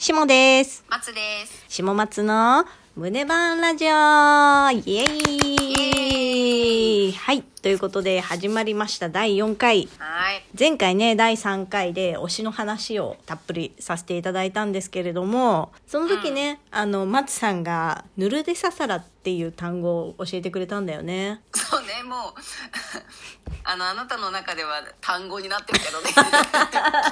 しもです。松です。しもまつの胸バーンラジオイエーイはい。ということで始まりました第4回。はい。前回ね、第3回で推しの話をたっぷりさせていただいたんですけれども、その時ね、あの、松さんが、ぬるでささらっていう単語を教えてくれたんだよね。そうね、もう あのあなたの中では単語になってるけどね。キャラクター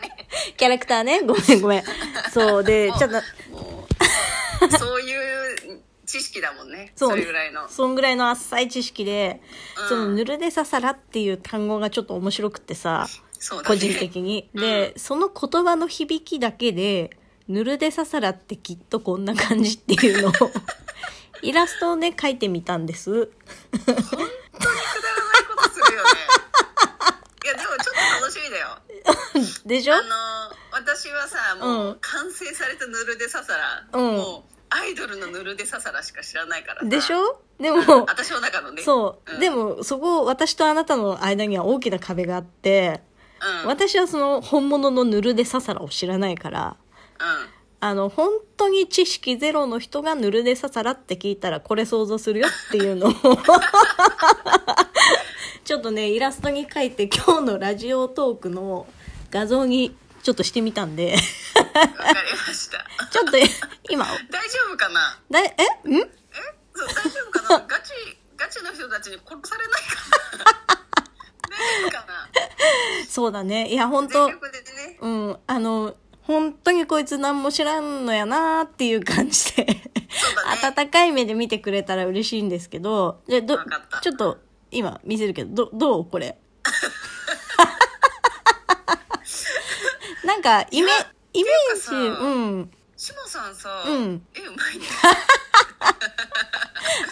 ね。キャラクター ね。ごめんごめん。そう。で、ちょっと、もうそういう知識だもんね。そねれぐらいの。そんぐらいの浅い知識で、うんそのぬるでささらっていう単語がちょっと面白くってさ、 そうだ個ね。人的に。で、その言葉の響きだけで、ぬるでささらってきっとこんな感じっていうの を、イラストをね、描いてみたんです。くだらないことするよね。いやでもちょっと楽しみだよ。でしょあの私はさもううん完成されたヌルデササラ、うんもうアイドルのヌルデササラしか知らないからさでしょでも、私の中のねそうう。んでも、そこ、私とあなたの間には大きな壁があって、うん、うん、私はその本物のぬるでささらを知らないから、あの、本当に知識ゼロの人がぬるでささらって聞いたらこれ想像するよっていうのを ちょっとね、イラストに書いて今日のラジオトークの画像にちょっとしてみたんで、 わかりましたちょっと今、大丈夫かなだいえんえそう大丈夫か なガチガチの人たちに殺されないかな大丈夫かなそうだね。いや、本当全力でねうん、あの、本当にこいつ何も知らんのやなーっていう感じで、そうだね温かい目で見てくれたら嬉しいんですけど、じゃあどわかったちょっと今見せるけど、どどうこ れ。なんか、イメ、イメージ、っていうかさうん。しもさんさ、うん絵うまいね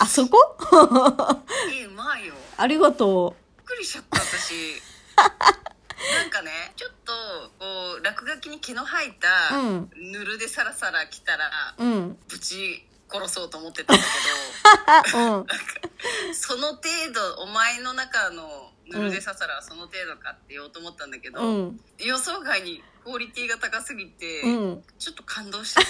あそこ絵うまいよびっありがとくりしちゃっ た私なんかねちょっとこう落書きに毛の生えた、うんぬるでサラサラ来たら、う。うん。ぶち殺そうと思ってたんだあ、うん。け どその程度お前の中のぬるでササラはその程度かって言おうと思ったんだけど、うん。予想外にクオリティが高すぎて、うん。ちょっと感動しちゃっ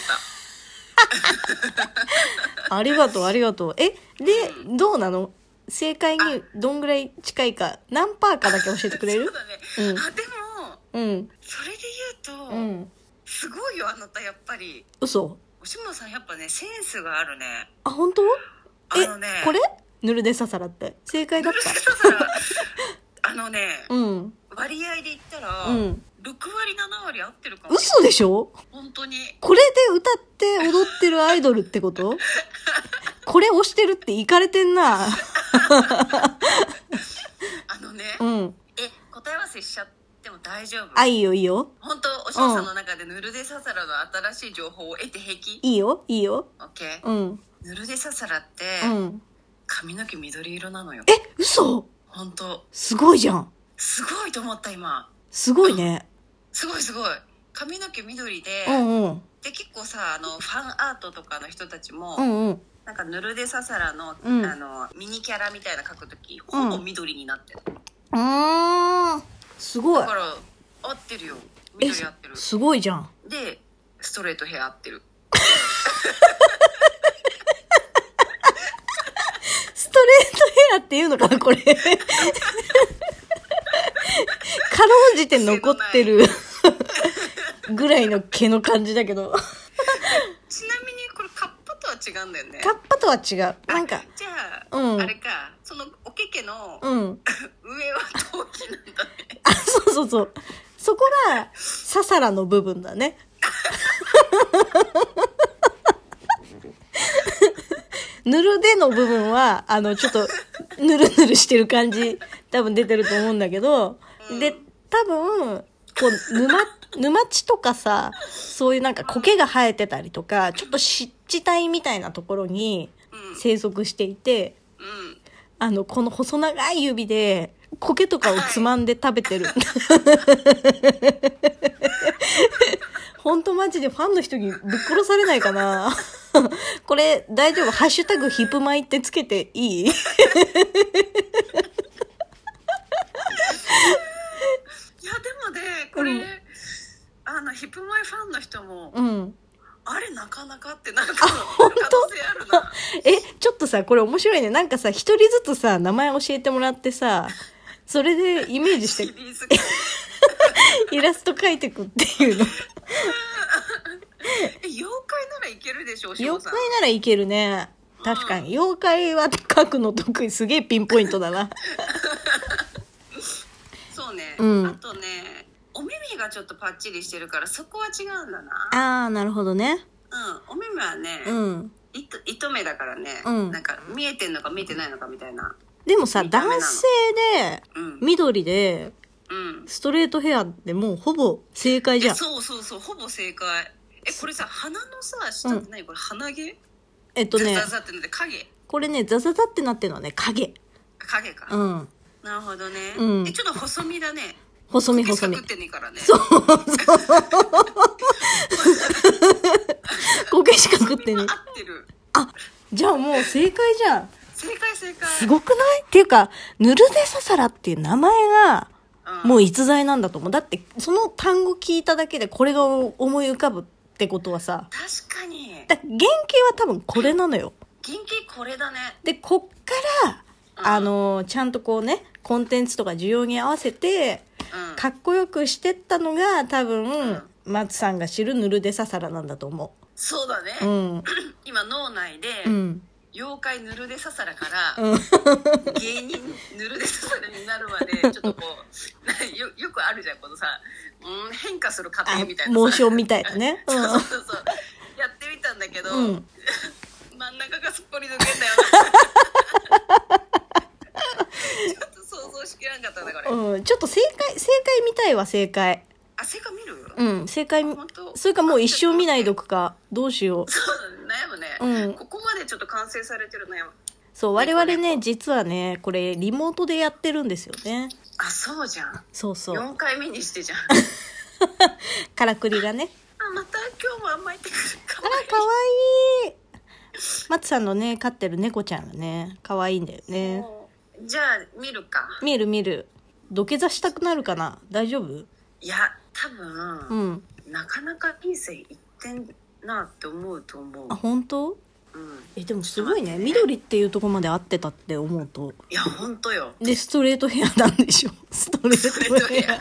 たありがとう、ありがとう。え、で、どうなの正解にどんぐらい近いか、何パーかだけ教え てくれそるうだね、うんあでもうん。それで言うと、うん。すごいよあなたやっぱり嘘おしもさんやっぱねセンスがあるねあ、本当あえ、のねこれぬるでささらって。正解だっうるた。ささが あのね、うん。割合で言ったら、う6割ん。 7割合ってるかも嘘でしょ本当にこれで歌って踊ってるアイドルって ことこれ押してるってイかれてんな。あのね、うん。え答え合わせしちゃっても大丈夫あ、いいよいいよ。本当おしもさんの中でぬるでささらの新しい情報を得て平気いいよいいよ。オッケーうん。ぬるでささらって、うん。髪の毛緑色なのよえ、嘘本当すごいじゃん。すごいと思った今すごいね。すごいすごい髪の毛緑で、うんうん。で結構さあのファンアートとかの人たちも、うんうん。なんかぬるでささらの,、うんあのミニキャラみたいなの描く時ほぼ緑になってる、うーん。すごいだか。ら合ってるよえ緑合ってる、すごいじゃん。でストレートヘア合ってるストレートヘアっていうのかなこれ。かろうじて残ってるぐらいの毛の感じだけど。ちなみにこれカッパとは違うんだよねカッパとは違う。なんかあ、じゃあ、うんあれかそのおけけのうん。上は陶器なんだねあ、そうそうそう。そこが、ササラの部分だね。 ぬるでの部分は、あの、ちょっと、ぬるぬるしてる感じ、多分出てると思うんだけど、で、多分、こう、沼、沼地とかさ、そういうなんか苔が生えてたりとか、ちょっと湿地帯みたいなところに生息していて、うんあの、この細長い指で、苔とかをつまんで食べてる。 本当マジでファンの人にぶっ殺されないかなこれ大丈夫ハッシュタグヒプマイってつけていいいやでもねこれ、うんあののヒップマイファンの人も、うん。あれなかなかってなんか可能性あるなえ、ちょっとさ、これ面白いね。なんかさ、一人ずつさ、名前教えてもらってさ、それでイメージシしリて、ーズ化イラスト描いてくっていうの。 え妖怪ならいけるでしょうしお妖さ怪んならいけるね。確かに。妖怪は描くの得意。すげえピンポイントだな。そうね、うんあとねお耳がちょっとパッチリしてるからそこは違うんだなあー、なるほどね。うんお耳はね、うん。糸糸目だからね、うんなんか見えてんのか見えてないのかみたいなでもさ、見た目な男の性で、うん緑で、うんストレートヘアってもうほぼ正解じゃん。そうそうそうほぼ正解えこれさ鼻のさ下って何、これ鼻毛えっとねザ、ザザってなって影これね、ザザザってなってるのはね、影。影か、うん。なるほどね、うんえちょっと細身だね細身細身食っ。てねえからねそうそう。こけしか食って合ね。ってるあ、じゃあもう正解じゃん。正解正解すごくないっていうか、ぬるでささらっていう名前が、うんもう逸材なんだと思う。だって、その単語聞いただけでこれが思い浮かぶってことはさ、確かにだ原型は多分これなのよ。元気これだねで、こっから、あのーちゃんとこうね、コンテンツとか需要に合わせて、うんかっこよくしてったのが多分ん、松さんが知るぬるでささらなんだと思そうだね、う。うん。 今脳内で、う ん。妖怪ぬるでささらから、うん芸人ぬるでささらになるまでちょっとこう よよくあるじゃんこのさ、うん、変化する過あ程みた いなさモーションみたいなね。そうそううそうそうやってみたんだけど、ん。うん。真ん中がすっぽり抜けんだよ なちょっと想像しきらんかったなこれ、うん、ちょっと正解、正解見たいわ、正解。あ正解見る、うん、正解本当それかもう一生見ないどくか、どうし よう。そうだね悩むね、うんここまでちょっと完成されてる悩むそう、我々ね、実はね、これ、リモートでやってるんですよね。あそうじゃんそうそう。 4回目にし てじゃんあからくりがね。また今日も甘えてくるかあもら、かわいい。松さんのね、飼ってる猫ちゃんがね、かわいいんだよね。じゃあ見るか見る見る。土下座したくなるかな大丈夫いや多分、うん。なかなか人生いってんなって思うと思うあ、、本当うん、え、でもすごいね。緑っていうとこまで合ってたって思うと。いや本当よで、ストレートヘアなんで しょストレートヘア。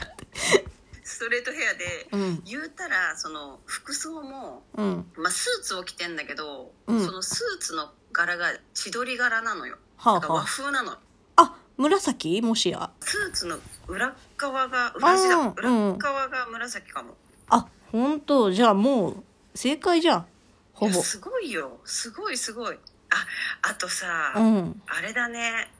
ストレートヘアで、うん言うたらその服装も、うん。まあ、スーツを着てんだけど、うんそのスーツの柄が千鳥柄なのよ、はあなんかはあ和風なのあ、紫もしや。スーツの裏側が裏地うんだ裏側が紫かも、あ、本当じゃあもう、正解じゃん。ほいぼや。すごいよすごいすごいああとさ、うん。あれだね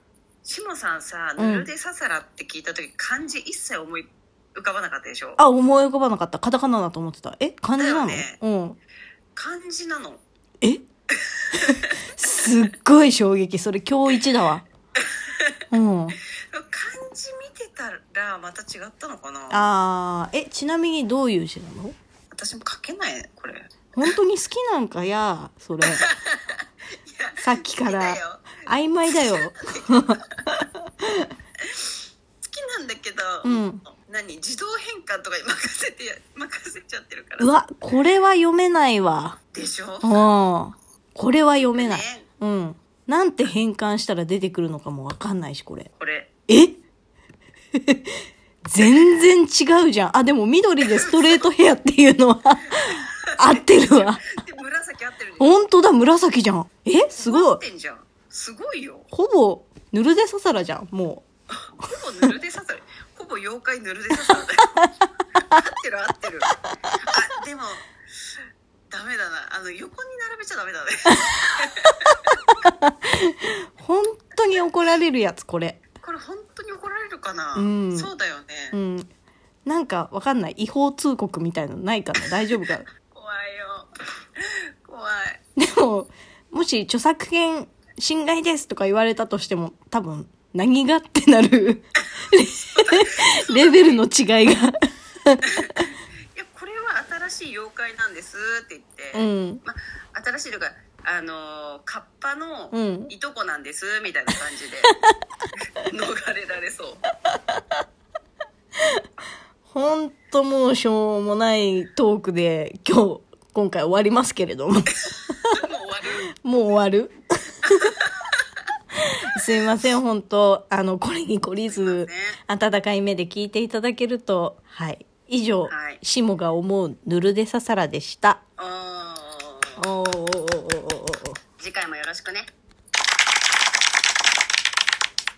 しもさんさ「うんぬるでささら」って聞いた時漢字一切思い浮かばなかったでしょあ、思い浮かばなかった。カタカナだと思ってた。え漢字なの、だよねうん。漢字なのえすっごい衝撃。それ今日一だわ。うん。漢字見てたらまた違ったのかなあー、え、ちなみにどういう字なの私も書けないこれ本当に好きなんかや、それ。さっきか好きらだよ。曖昧だよ。好きなんだけど、うん何自動変換とかに任せてや任せちゃってるかうらわ、これは読めないわ。でしょうん。これは読めない。ねうん。なんて変換したら出てくるのかもわかんないし、これ。これえ 全然違うじゃん。あ、でも緑でストレートヘアっていうのは 合ってるわ。で紫合ってるねほんとだ、紫じゃん。えす合ごっい。てんじゃんすごいよほぼ、ぬるでささらじゃん、もほぼぬるで刺さる。ほぼ妖怪ぬるで刺さる。合ってる合ってる。あ、でも、ダメだな。あの、横に並べちゃダメだね。う。本当に怒られるやつ、これ。これ本当に怒られるかな、うんそうだようね。ん。なんか、わかんない。違法通告みたいなのないかな大丈夫かな怖いよ。怖い。 でも、もし著作権侵害ですとか言われたとしても、多分、何がってなる レ、レベルの違いが。いや、これは新しい妖怪なんですってう言って、ん。まあ、新しいというか、あのー、カッパのうんいとこなんですみたいな感 じで、逃れられそう。ほんともうしょうもないトークで今日、今回終わりますけれど も。もう終わるもう終わる。 すいません、本当あの、これに懲りずすい、温かい目で聞いていただけると、はい。以上、はいシモが思うぬるでささらでした。おーおーおーおーおーおーおー次回もよろしくね